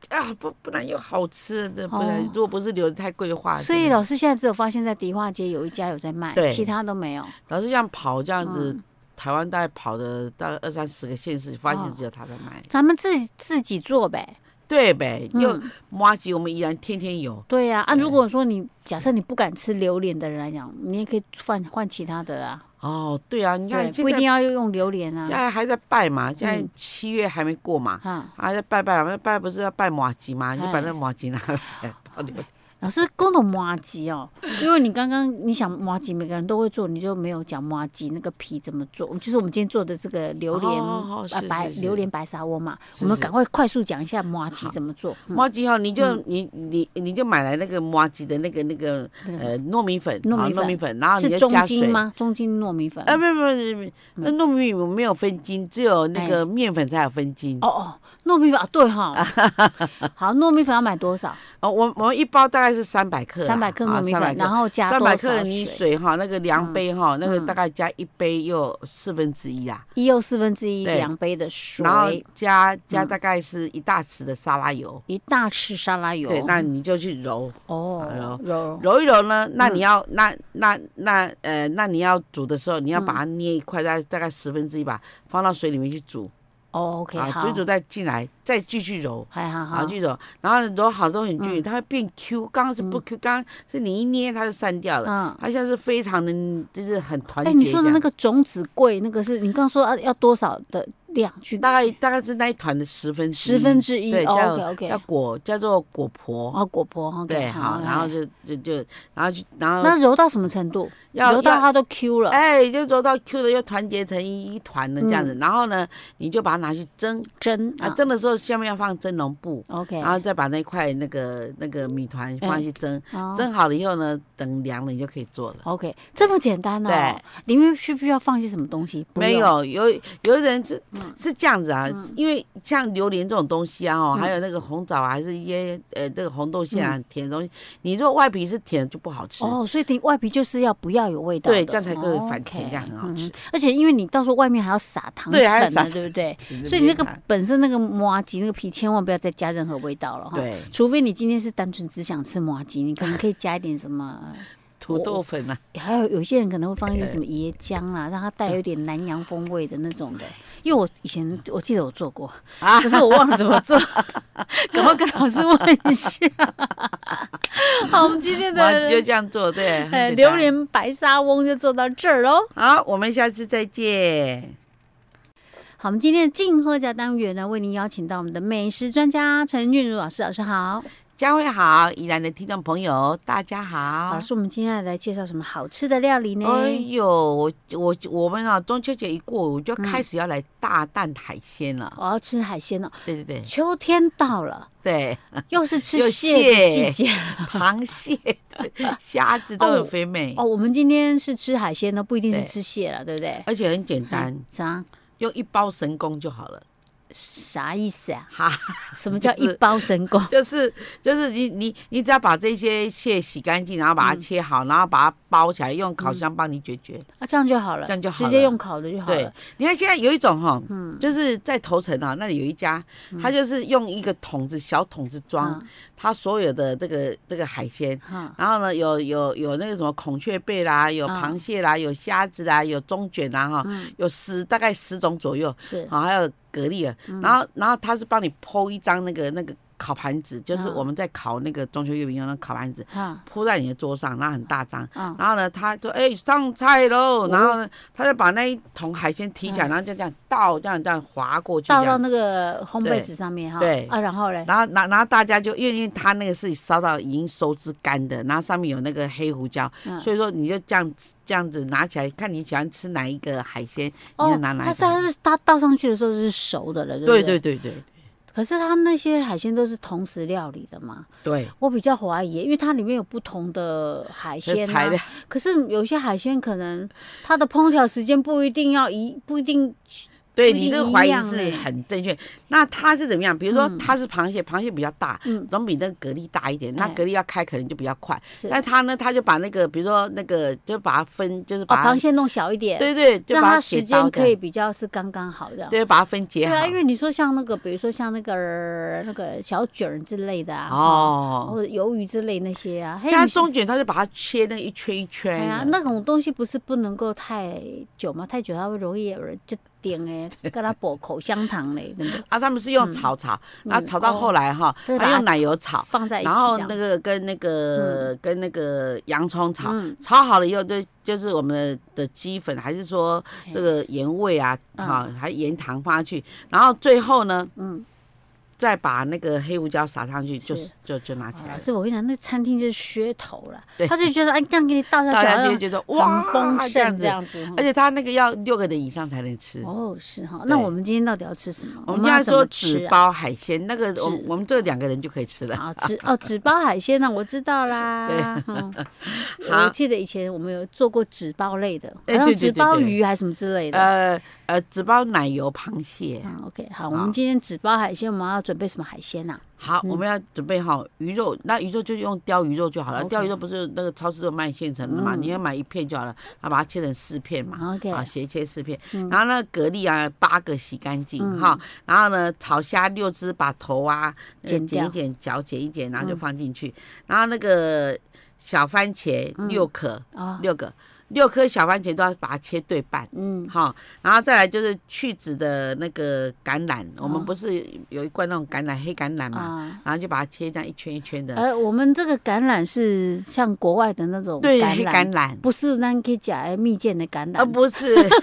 [SPEAKER 2] 啊，不不然又好吃的，不
[SPEAKER 1] 哦
[SPEAKER 2] 然如果不是留的太贵的话，
[SPEAKER 1] 所以
[SPEAKER 2] 老
[SPEAKER 1] 老师现在只有发现，在迪化街有一家有在卖，
[SPEAKER 2] 啊对
[SPEAKER 1] 其他都没有。
[SPEAKER 2] 老是这样跑这样子，
[SPEAKER 1] 嗯
[SPEAKER 2] 台湾大概跑的大概二三十个县市，发
[SPEAKER 1] 哦
[SPEAKER 2] 现只有他在卖。
[SPEAKER 1] 咱们自己自己做呗。
[SPEAKER 2] 对呗，又
[SPEAKER 1] 嗯
[SPEAKER 2] 麻吉我们依然天天有，
[SPEAKER 1] 对呀、啊，
[SPEAKER 2] 对
[SPEAKER 1] 如果说你假设你不敢吃榴莲的人来讲，你也可以换换其他的啊，
[SPEAKER 2] 哦，对啊，你
[SPEAKER 1] 对
[SPEAKER 2] 看，
[SPEAKER 1] 不一定要用榴莲
[SPEAKER 2] 现
[SPEAKER 1] 啊，
[SPEAKER 2] 在还在拜嘛，现在
[SPEAKER 1] 嗯
[SPEAKER 2] 七月还没过嘛，
[SPEAKER 1] 啊。
[SPEAKER 2] 还在拜拜嘛，那拜不是要拜马吉嘛，你就把
[SPEAKER 1] 哎嗯
[SPEAKER 2] 那马吉拿 来包里面。
[SPEAKER 1] 老师，公的麻吉 哦，因为你刚刚你想麻吉，每个人都会做，你就没有讲麻吉那个皮怎么做。就是我们今天做的这个榴莲、
[SPEAKER 2] 哦哦是
[SPEAKER 1] 呃、白
[SPEAKER 2] 是是
[SPEAKER 1] 榴莲白沙窝嘛，
[SPEAKER 2] 是
[SPEAKER 1] 我们
[SPEAKER 2] 是
[SPEAKER 1] 赶快快速讲一下麻吉
[SPEAKER 2] 好
[SPEAKER 1] 怎么做。嗯
[SPEAKER 2] 马吉哦，你就你你你就买来那个马吉的那个那个
[SPEAKER 1] 那个什么
[SPEAKER 2] 呃糯米粉，
[SPEAKER 1] 糯
[SPEAKER 2] 啊
[SPEAKER 1] 米
[SPEAKER 2] 糯米粉，然后
[SPEAKER 1] 嗯
[SPEAKER 2] 你
[SPEAKER 1] 是
[SPEAKER 2] 就
[SPEAKER 1] 中
[SPEAKER 2] 加水
[SPEAKER 1] 筋。吗？嗯中筋糯米粉？
[SPEAKER 2] 啊，没有没有没有没有，那糯米我没有分筋，只有那个面粉才有分筋。
[SPEAKER 1] 哎哦哦，糯米粉啊，对 哈、好，糯米粉要买多少？
[SPEAKER 2] 哦，我我们一包大概是三百克啦，
[SPEAKER 1] 三百克糯米粉，然
[SPEAKER 2] 后
[SPEAKER 1] 后加
[SPEAKER 2] 三
[SPEAKER 1] 多
[SPEAKER 2] 百
[SPEAKER 1] 少
[SPEAKER 2] 克你
[SPEAKER 1] 水？
[SPEAKER 2] 水哈，那个量
[SPEAKER 1] 嗯
[SPEAKER 2] 杯哈，那个
[SPEAKER 1] 嗯
[SPEAKER 2] 大概加一杯又四分之一啊。
[SPEAKER 1] 一又四分之一
[SPEAKER 2] 对
[SPEAKER 1] 两杯的水
[SPEAKER 2] 然，后加加
[SPEAKER 1] 嗯
[SPEAKER 2] 大概是一大匙的沙拉油，
[SPEAKER 1] 一大匙沙拉油。
[SPEAKER 2] 对，那你就去揉
[SPEAKER 1] 哦，揉
[SPEAKER 2] 揉一揉呢。那
[SPEAKER 1] 嗯
[SPEAKER 2] 你要、那那那呃，那你要煮的时候，你要把它
[SPEAKER 1] 嗯
[SPEAKER 2] 捏一块，大概大概十分之一吧，放到水里面去煮，啊
[SPEAKER 1] 哦，OK，好，
[SPEAKER 2] 煮一煮再进来，再继续揉。
[SPEAKER 1] 还好嗯
[SPEAKER 2] 好，
[SPEAKER 1] 好
[SPEAKER 2] 继，续揉，然后揉好之后很均匀，它会变 Q。刚刚是不 Q，刚刚是你一捏它就散掉了，
[SPEAKER 1] 嗯。
[SPEAKER 2] 它现在是非常的，就是很团
[SPEAKER 1] 哎，
[SPEAKER 2] 结
[SPEAKER 1] 你
[SPEAKER 2] 这
[SPEAKER 1] 说的
[SPEAKER 2] 样。
[SPEAKER 1] 那个种子桂，那个是你刚刚说要要多少的量去？
[SPEAKER 2] 大概大概是那一团的十分之一
[SPEAKER 1] 十分之一。
[SPEAKER 2] 对，
[SPEAKER 1] 哦
[SPEAKER 2] 叫、
[SPEAKER 1] OK
[SPEAKER 2] 叫
[SPEAKER 1] OK。
[SPEAKER 2] 果叫做果婆。
[SPEAKER 1] 哦，果婆，OK，
[SPEAKER 2] 对，好，然后
[SPEAKER 1] 哎
[SPEAKER 2] 就就就，然后就然后
[SPEAKER 1] 那揉到什么程度？
[SPEAKER 2] 要
[SPEAKER 1] 揉到
[SPEAKER 2] 要
[SPEAKER 1] 它都 Q 了，
[SPEAKER 2] 哎，就揉到 Q 的，又团结成一一团的这样子。
[SPEAKER 1] 嗯
[SPEAKER 2] 然后呢，你就把它拿去蒸
[SPEAKER 1] 真
[SPEAKER 2] 啊，
[SPEAKER 1] 啊
[SPEAKER 2] 蒸的时候下面要放蒸笼布，
[SPEAKER 1] ，OK。
[SPEAKER 2] 然后再把那块那个那个米团放下去蒸，
[SPEAKER 1] 哦
[SPEAKER 2] 蒸好了以后呢，等凉了你就可以做了。
[SPEAKER 1] OK，这么简单啊呢、
[SPEAKER 2] 对
[SPEAKER 1] 里面需不需要放些什么东西？哦不
[SPEAKER 2] 没
[SPEAKER 1] 用，嗯
[SPEAKER 2] 有，有有的人是是这样子啊，因为像榴莲这种东西啊，哦，
[SPEAKER 1] 嗯
[SPEAKER 2] 还有那个红枣啊，还是一些呃这个红豆馅啊，甜的东西，你如果外皮是甜的就不好吃。
[SPEAKER 1] 哦，所以你外皮就是要不要有味道的，哦
[SPEAKER 2] 对，这样才可以反甜，这样
[SPEAKER 1] OK，
[SPEAKER 2] 很好吃
[SPEAKER 1] 嗯。而且因为你到时候外面还要撒糖粉
[SPEAKER 2] 对还要
[SPEAKER 1] 啊，
[SPEAKER 2] 撒
[SPEAKER 1] 对不对？
[SPEAKER 2] 甜的
[SPEAKER 1] 所以你那个
[SPEAKER 2] 甜
[SPEAKER 1] 本身那个麻吉那个皮，千万不要再加任何味道了
[SPEAKER 2] 的
[SPEAKER 1] 哈。
[SPEAKER 2] 对
[SPEAKER 1] 除非你今天是单纯只想吃麻吉，你可能可以加一点什么，
[SPEAKER 2] 土豆 粉啊，
[SPEAKER 1] 还有有些人可能会放一
[SPEAKER 2] 哎
[SPEAKER 1] 些什么椰浆啊，让它带有点南洋风味的那 种的。因为我以前我记得我做过，
[SPEAKER 2] 啊
[SPEAKER 1] 只是我忘了怎么 做，赶快跟老师问一下。好，我们今天
[SPEAKER 2] 哇，你就
[SPEAKER 1] 的
[SPEAKER 2] 这样 做，对，很
[SPEAKER 1] 呃
[SPEAKER 2] 简单
[SPEAKER 1] 榴。莲白沙翁就做到这儿喽。
[SPEAKER 2] 好，我们下次再见。
[SPEAKER 1] 好，我们今天的静喝家单元呢，为您邀请到我们的美食专家陈韵如老师，老师好。
[SPEAKER 2] 佳慧好，宜兰的听众朋友大家好。
[SPEAKER 1] 老师，我们今天要来介绍什么好吃的料理呢？
[SPEAKER 2] 哎呦，我我我们啊，中秋节一过，我就开始要来大啖海鲜了。
[SPEAKER 1] 我要吃海鲜了，哦
[SPEAKER 2] 对对对
[SPEAKER 1] 秋天到了，
[SPEAKER 2] 对，
[SPEAKER 1] 又是吃
[SPEAKER 2] 又
[SPEAKER 1] 蟹的
[SPEAKER 2] 蟹
[SPEAKER 1] 季节。
[SPEAKER 2] 螃蟹、对虾子都有肥美，
[SPEAKER 1] 哦，我们今天是吃海鲜呢，不一定是
[SPEAKER 2] 对
[SPEAKER 1] 吃蟹了，对不对？
[SPEAKER 2] 而且很简单，
[SPEAKER 1] 啥
[SPEAKER 2] 用一包神功就好了。
[SPEAKER 1] 啥意思啊？
[SPEAKER 2] 哈，
[SPEAKER 1] 什么叫
[SPEAKER 2] 就是
[SPEAKER 1] 一包神功？
[SPEAKER 2] 就是就是你你你只要把这些蟹洗干净，然
[SPEAKER 1] 嗯
[SPEAKER 2] 后把它切好，然后把它包起来，用烤箱帮你解决。
[SPEAKER 1] 啊，这样就好了，
[SPEAKER 2] 这样就好
[SPEAKER 1] 直接
[SPEAKER 2] 了
[SPEAKER 1] 用烤的就嗯好
[SPEAKER 2] 对
[SPEAKER 1] 了。，嗯
[SPEAKER 2] 你看现在有一种哈，就是在头城啊，那里有一家，他就是用一个桶子小桶子装
[SPEAKER 1] 嗯
[SPEAKER 2] 他所有的这个这个海鲜。
[SPEAKER 1] 哈，
[SPEAKER 2] 然后呢，有有有那个什么孔雀贝啦，有
[SPEAKER 1] 嗯
[SPEAKER 2] 螃蟹啦，有虾子啦，有中卷啦，哈，
[SPEAKER 1] 嗯，
[SPEAKER 2] 有十大概十种左右，
[SPEAKER 1] 是，
[SPEAKER 2] 好，还有蛤蜊啊，
[SPEAKER 1] 嗯
[SPEAKER 2] 然后然后他是帮你剖一张那个那个烤盘子，就是
[SPEAKER 1] 嗯
[SPEAKER 2] 我们在烤那个中秋月饼用的烤盘子，
[SPEAKER 1] 哈，
[SPEAKER 2] 铺在你的桌上，然后很大张。
[SPEAKER 1] 啊，
[SPEAKER 2] 然后呢，他就哎、上菜喽，
[SPEAKER 1] 哦
[SPEAKER 2] 然后呢，他就把那一桶海鲜提起来，然后就这样倒，这样这样划过去，
[SPEAKER 1] 嗯
[SPEAKER 2] 这
[SPEAKER 1] 倒到
[SPEAKER 2] 样，
[SPEAKER 1] 那个烘
[SPEAKER 2] 对
[SPEAKER 1] 焙纸上面哈，
[SPEAKER 2] 对
[SPEAKER 1] 啊，然后嘞，
[SPEAKER 2] 然后然后然后大家就因为因为他那个是烧到已经收汁干的，然后上面有那个黑胡椒，
[SPEAKER 1] 嗯
[SPEAKER 2] 所以说你就这样子这样子拿起来，看你喜欢吃哪一个海鲜，你
[SPEAKER 1] 哦
[SPEAKER 2] 就，拿哪
[SPEAKER 1] 它
[SPEAKER 2] 一
[SPEAKER 1] 是它
[SPEAKER 2] 个。
[SPEAKER 1] 是它倒上去的时候是熟的了，对不
[SPEAKER 2] 对
[SPEAKER 1] 对？
[SPEAKER 2] 对对对
[SPEAKER 1] 可是它那些海鲜都是同时料理的嘛，
[SPEAKER 2] 对，
[SPEAKER 1] 我比较怀疑，因为它里面有不同的海鲜、啊、
[SPEAKER 2] 材料
[SPEAKER 1] 可是有些海鲜可能它的烹调时间不一定要一不一定哦
[SPEAKER 2] 对
[SPEAKER 1] 不一
[SPEAKER 2] 你
[SPEAKER 1] 定
[SPEAKER 2] 这个
[SPEAKER 1] 一
[SPEAKER 2] 怀疑
[SPEAKER 1] 样
[SPEAKER 2] 是
[SPEAKER 1] 嘞
[SPEAKER 2] 很正确。那它是怎么样？比如说
[SPEAKER 1] 嗯
[SPEAKER 2] 它是螃蟹，螃蟹比较大
[SPEAKER 1] 嗯，
[SPEAKER 2] 总比那个蛤蜊大一点。那
[SPEAKER 1] 哎
[SPEAKER 2] 蛤蜊要开可能就比较快，
[SPEAKER 1] 是
[SPEAKER 2] 但它呢，它就把那个，比如说那个，就把它分，就是
[SPEAKER 1] 把
[SPEAKER 2] 把它，
[SPEAKER 1] 哦螃蟹弄小一点，
[SPEAKER 2] 对对，就
[SPEAKER 1] 让
[SPEAKER 2] 把
[SPEAKER 1] 它
[SPEAKER 2] 它
[SPEAKER 1] 时
[SPEAKER 2] 解
[SPEAKER 1] 间
[SPEAKER 2] 刀
[SPEAKER 1] 可
[SPEAKER 2] 这
[SPEAKER 1] 以
[SPEAKER 2] 样，
[SPEAKER 1] 比较是刚刚好这样。
[SPEAKER 2] 对，把它分解
[SPEAKER 1] 对啊，因
[SPEAKER 2] 好。
[SPEAKER 1] 为你说像那个，比如说像那个儿那个小卷儿之类的啊，哈
[SPEAKER 2] 哦，
[SPEAKER 1] 或者鱿鱼之类那些啊，嘿
[SPEAKER 2] 加
[SPEAKER 1] 你
[SPEAKER 2] 中卷，它就把它切那个一圈一圈
[SPEAKER 1] 哎呀，
[SPEAKER 2] 的。
[SPEAKER 1] 那种东西不是不能够太久吗？太久它会容易有人就顶 哎，跟他剥口香糖嘞，真的
[SPEAKER 2] 啊，他们是用炒炒，啊，
[SPEAKER 1] 嗯
[SPEAKER 2] 炒到
[SPEAKER 1] 哦
[SPEAKER 2] 后来哈，
[SPEAKER 1] 就是把
[SPEAKER 2] 啊
[SPEAKER 1] 它
[SPEAKER 2] 用奶油炒，
[SPEAKER 1] 放在一起
[SPEAKER 2] 然
[SPEAKER 1] 这
[SPEAKER 2] 后
[SPEAKER 1] 样。
[SPEAKER 2] 那个跟那个跟那个洋葱炒，
[SPEAKER 1] 嗯
[SPEAKER 2] 炒好了以后，就就是我们的的鸡粉，还是说这个盐味啊，
[SPEAKER 1] 嗯
[SPEAKER 2] 哈、还盐糖放下去，然后最后呢，
[SPEAKER 1] 嗯，
[SPEAKER 2] 再把那个黑胡椒撒上去，就是就就拿起来
[SPEAKER 1] 老
[SPEAKER 2] 了。
[SPEAKER 1] 师，我跟你讲，那餐厅就是噱头了
[SPEAKER 2] 对，
[SPEAKER 1] 他就觉得哎，这样给你倒下
[SPEAKER 2] 大
[SPEAKER 1] 去好
[SPEAKER 2] 家就
[SPEAKER 1] 像
[SPEAKER 2] 会觉得哇，
[SPEAKER 1] 很丰
[SPEAKER 2] 这样
[SPEAKER 1] 盛这
[SPEAKER 2] 子。
[SPEAKER 1] 样子。嗯
[SPEAKER 2] 而且它那个要六个人以上才能吃。
[SPEAKER 1] 哦，是哈。
[SPEAKER 2] 对
[SPEAKER 1] 那我们今天到底要吃什么？
[SPEAKER 2] 我们现在说
[SPEAKER 1] 纸
[SPEAKER 2] 纸包海鲜，那个我
[SPEAKER 1] 纸
[SPEAKER 2] 我们这两个人就可以吃了。
[SPEAKER 1] 啊，纸哦，纸包海鲜呢，我知道 啦。嗯
[SPEAKER 2] 好
[SPEAKER 1] 我记得以前我们有做过纸包类的，好
[SPEAKER 2] 哎对
[SPEAKER 1] 像
[SPEAKER 2] 对
[SPEAKER 1] 纸
[SPEAKER 2] 对
[SPEAKER 1] 包
[SPEAKER 2] 对
[SPEAKER 1] 鱼还是什么之类的。
[SPEAKER 2] 呃呃，纸包奶油螃蟹。
[SPEAKER 1] 嗯，OK，好，我们今天只包海鲜，我们要准备什么海鲜啊呐？
[SPEAKER 2] 好，我们要准备好鱼肉，那鱼肉就用鲷鱼肉就好了。
[SPEAKER 1] OK
[SPEAKER 2] 鲷鱼肉不是那个超市都卖现成的嘛，
[SPEAKER 1] 嗯
[SPEAKER 2] 你要买一片就好了，啊，把它切成四片嘛。
[SPEAKER 1] OK
[SPEAKER 2] 啊，斜切四片，
[SPEAKER 1] 嗯
[SPEAKER 2] 然后呢，蛤蜊啊，八个洗干净
[SPEAKER 1] 嗯
[SPEAKER 2] 哈，然后呢，炒虾六只，把头啊那个
[SPEAKER 1] 剪
[SPEAKER 2] 剪
[SPEAKER 1] 掉
[SPEAKER 2] 一剪，脚剪一
[SPEAKER 1] 嗯
[SPEAKER 2] 剪，然后就放进去，然后那个小番茄六颗，
[SPEAKER 1] 啊，
[SPEAKER 2] 六个，六颗小番茄都要把它切对半，
[SPEAKER 1] 嗯，
[SPEAKER 2] 好，然后再来就是去籽的那个橄榄，我
[SPEAKER 1] 哦
[SPEAKER 2] 们不是有一罐那种橄榄黑橄榄嘛，
[SPEAKER 1] 啊，
[SPEAKER 2] 然后就把它切这样一圈一圈的，
[SPEAKER 1] 呃，我们这个橄榄是像国外的那种
[SPEAKER 2] 对，
[SPEAKER 1] 橄
[SPEAKER 2] 黑橄
[SPEAKER 1] 榄，
[SPEAKER 2] 榄，
[SPEAKER 1] 不是咱可以讲的蜜饯的橄
[SPEAKER 2] 啊
[SPEAKER 1] 榄。
[SPEAKER 2] 不是，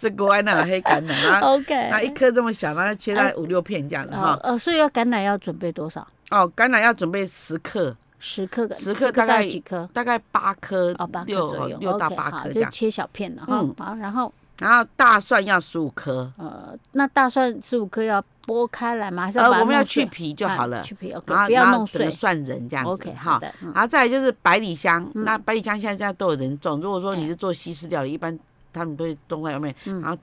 [SPEAKER 2] 是国外那种黑橄榄，然后
[SPEAKER 1] 哦 OK，
[SPEAKER 2] 啊然后一颗这么小，然后切在五六片这样子
[SPEAKER 1] 哦
[SPEAKER 2] 哈。
[SPEAKER 1] 呃，所以要橄榄要准备多少？
[SPEAKER 2] 哦，橄榄要准备十克，
[SPEAKER 1] 十克的，
[SPEAKER 2] 十克大
[SPEAKER 1] 大概
[SPEAKER 2] 概
[SPEAKER 1] 几颗？
[SPEAKER 2] 大概八颗
[SPEAKER 1] 哦，八，
[SPEAKER 2] 六
[SPEAKER 1] 克左右。
[SPEAKER 2] 六到
[SPEAKER 1] OK，
[SPEAKER 2] 八
[SPEAKER 1] 好
[SPEAKER 2] 颗这
[SPEAKER 1] 就
[SPEAKER 2] 样，
[SPEAKER 1] 切小片的哈
[SPEAKER 2] 嗯。
[SPEAKER 1] 好，然后
[SPEAKER 2] 然后大蒜要十五颗，
[SPEAKER 1] 呃，那大蒜十五颗要剥开来吗？还是
[SPEAKER 2] 呃，
[SPEAKER 1] 把它
[SPEAKER 2] 我们要
[SPEAKER 1] 弄碎
[SPEAKER 2] 去皮就好
[SPEAKER 1] 啊
[SPEAKER 2] 了。
[SPEAKER 1] 去皮
[SPEAKER 2] 然后
[SPEAKER 1] ，OK，不要
[SPEAKER 2] 然后
[SPEAKER 1] 弄
[SPEAKER 2] 整
[SPEAKER 1] 碎。
[SPEAKER 2] 个蒜仁这样子
[SPEAKER 1] OK，好的，嗯
[SPEAKER 2] 然后再来就是百里香，那百里香现在现在都有人种。如果说你是做西式料理，一般他们都会种在外面，然后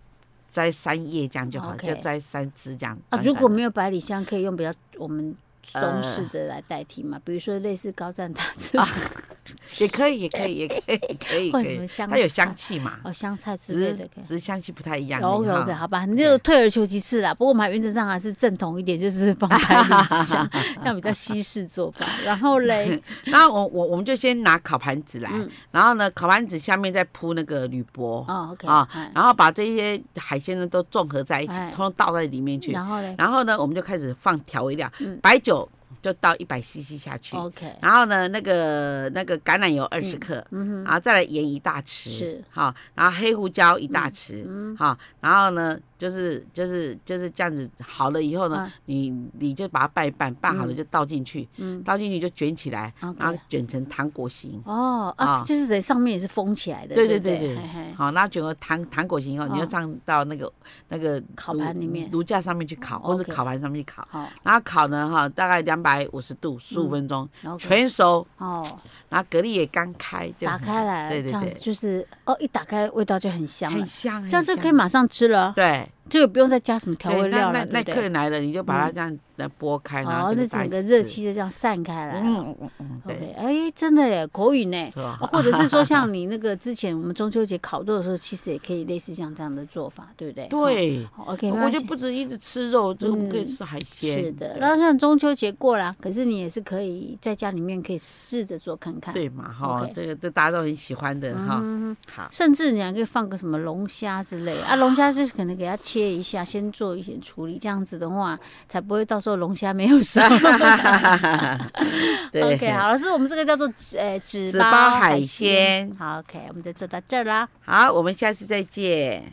[SPEAKER 2] 摘三叶这样就
[SPEAKER 1] 嗯
[SPEAKER 2] 好，
[SPEAKER 1] OK
[SPEAKER 2] 就摘三枝这样。
[SPEAKER 1] 啊，如果没
[SPEAKER 2] 有，
[SPEAKER 1] 有百里香，可以用比较我们中式的来代替嘛，比如说类似高赞塔之
[SPEAKER 2] 啊
[SPEAKER 1] 类的
[SPEAKER 2] 也可以，也可以，也可以，可以，
[SPEAKER 1] 或
[SPEAKER 2] 可
[SPEAKER 1] 者什么
[SPEAKER 2] 以。
[SPEAKER 1] 香
[SPEAKER 2] 它有
[SPEAKER 1] 菜
[SPEAKER 2] 香气嘛，
[SPEAKER 1] 哦香菜之
[SPEAKER 2] 只
[SPEAKER 1] 类
[SPEAKER 2] 是
[SPEAKER 1] 的可以。
[SPEAKER 2] 只是香气不太一样而已。
[SPEAKER 1] OK OK，
[SPEAKER 2] 哈
[SPEAKER 1] 好吧，你就退而求其次啦。不过我们还原则上还是正统一点，就是放百里香， 这样比较西式做法。然后嘞，
[SPEAKER 2] 然后我我我们就先拿烤盘子来，然后呢，烤盘子下面再铺那个铝箔，
[SPEAKER 1] 嗯哦 OK
[SPEAKER 2] 啊
[SPEAKER 1] 哎
[SPEAKER 2] 然后把这些海鲜呢都综合在一起
[SPEAKER 1] 哎，
[SPEAKER 2] 通通倒在里面去。
[SPEAKER 1] 然后嘞
[SPEAKER 2] 然后呢，我们就开始放调味料，
[SPEAKER 1] 嗯哦
[SPEAKER 2] 白酒就倒一百 CC 下去，
[SPEAKER 1] ，OK，
[SPEAKER 2] 然后呢，那个那个橄榄油二十克，
[SPEAKER 1] 嗯哼，
[SPEAKER 2] 然后再来盐一大匙，
[SPEAKER 1] 是嗯
[SPEAKER 2] 好，然后黑胡椒一大匙，好，然后呢就是就是就是这样子好了以后呢，
[SPEAKER 1] 啊
[SPEAKER 2] 你你就把它拌一拌，拌好了就倒进去，
[SPEAKER 1] 嗯
[SPEAKER 2] 倒进去就卷起来，
[SPEAKER 1] OK
[SPEAKER 2] 然后卷成糖果形。
[SPEAKER 1] 哦啊，
[SPEAKER 2] 啊
[SPEAKER 1] 就是在上面也是封起来的，
[SPEAKER 2] 对
[SPEAKER 1] 对
[SPEAKER 2] 对
[SPEAKER 1] 不
[SPEAKER 2] 对
[SPEAKER 1] 对
[SPEAKER 2] 对
[SPEAKER 1] 嘿嘿，
[SPEAKER 2] 好，那卷个糖糖果形以后，你
[SPEAKER 1] 哦
[SPEAKER 2] 就上到那个那个
[SPEAKER 1] 烤
[SPEAKER 2] 炉
[SPEAKER 1] 盘里面哦
[SPEAKER 2] 炉架上面去烤，或是
[SPEAKER 1] OK
[SPEAKER 2] 烤盘上面去烤。
[SPEAKER 1] 好
[SPEAKER 2] 然后烤呢，哈，大概两百五十度，十五分钟，
[SPEAKER 1] 嗯，OK，
[SPEAKER 2] 全熟。
[SPEAKER 1] 哦，
[SPEAKER 2] 然后蛤蜊也刚开，这样
[SPEAKER 1] 打
[SPEAKER 2] 子
[SPEAKER 1] 开来，
[SPEAKER 2] 对
[SPEAKER 1] 这
[SPEAKER 2] 对
[SPEAKER 1] 样子
[SPEAKER 2] 对，
[SPEAKER 1] 就是哦，一打开味道就很香了
[SPEAKER 2] 很，香，很
[SPEAKER 1] 这样就可以
[SPEAKER 2] 香
[SPEAKER 1] 马上吃了，啊
[SPEAKER 2] 对
[SPEAKER 1] 就也不用再加什么调
[SPEAKER 2] 对
[SPEAKER 1] 味料
[SPEAKER 2] 那
[SPEAKER 1] 了，
[SPEAKER 2] 那
[SPEAKER 1] 对
[SPEAKER 2] 那
[SPEAKER 1] 不
[SPEAKER 2] 客
[SPEAKER 1] 对？
[SPEAKER 2] 人来了，你就把它这样来剥开，然后
[SPEAKER 1] 哦，
[SPEAKER 2] 就
[SPEAKER 1] 那
[SPEAKER 2] 是大
[SPEAKER 1] 整
[SPEAKER 2] 家
[SPEAKER 1] 个
[SPEAKER 2] 一起
[SPEAKER 1] 热
[SPEAKER 2] 吃，
[SPEAKER 1] 气就这样散开来了。
[SPEAKER 2] 嗯嗯嗯嗯，对，
[SPEAKER 1] OK，哎，真的耶，口语呢
[SPEAKER 2] 不，错
[SPEAKER 1] 啊或者是说像你那个之前我们中秋节烤肉的时候，其实也可以类似像这样的做法，对不对？
[SPEAKER 2] 哎对，
[SPEAKER 1] 好，OK，没
[SPEAKER 2] 我
[SPEAKER 1] 关
[SPEAKER 2] 就
[SPEAKER 1] 系
[SPEAKER 2] 不止一直吃肉，就我们可以
[SPEAKER 1] 嗯
[SPEAKER 2] 吃海鲜，
[SPEAKER 1] 是的，
[SPEAKER 2] 对
[SPEAKER 1] 那像中秋节过了，可是你也是可以在家里面可以试着做看看，
[SPEAKER 2] 对嘛哈
[SPEAKER 1] OK，
[SPEAKER 2] 这个这大家都很喜欢的哈。
[SPEAKER 1] 嗯，
[SPEAKER 2] 好，
[SPEAKER 1] 甚至你还可以放个什么龙虾之类啊， 龙虾就是可能给它切一下，先做一些处理，这样子的话才不会到时候龙虾没有熟。
[SPEAKER 2] 对
[SPEAKER 1] OK，好，老师，我们这个叫做呃纸
[SPEAKER 2] 纸
[SPEAKER 1] 包
[SPEAKER 2] 包
[SPEAKER 1] 海
[SPEAKER 2] 海
[SPEAKER 1] 鲜。
[SPEAKER 2] 鲜
[SPEAKER 1] 好，OK，我们就做到这儿啦。
[SPEAKER 2] 好，我们下次再见。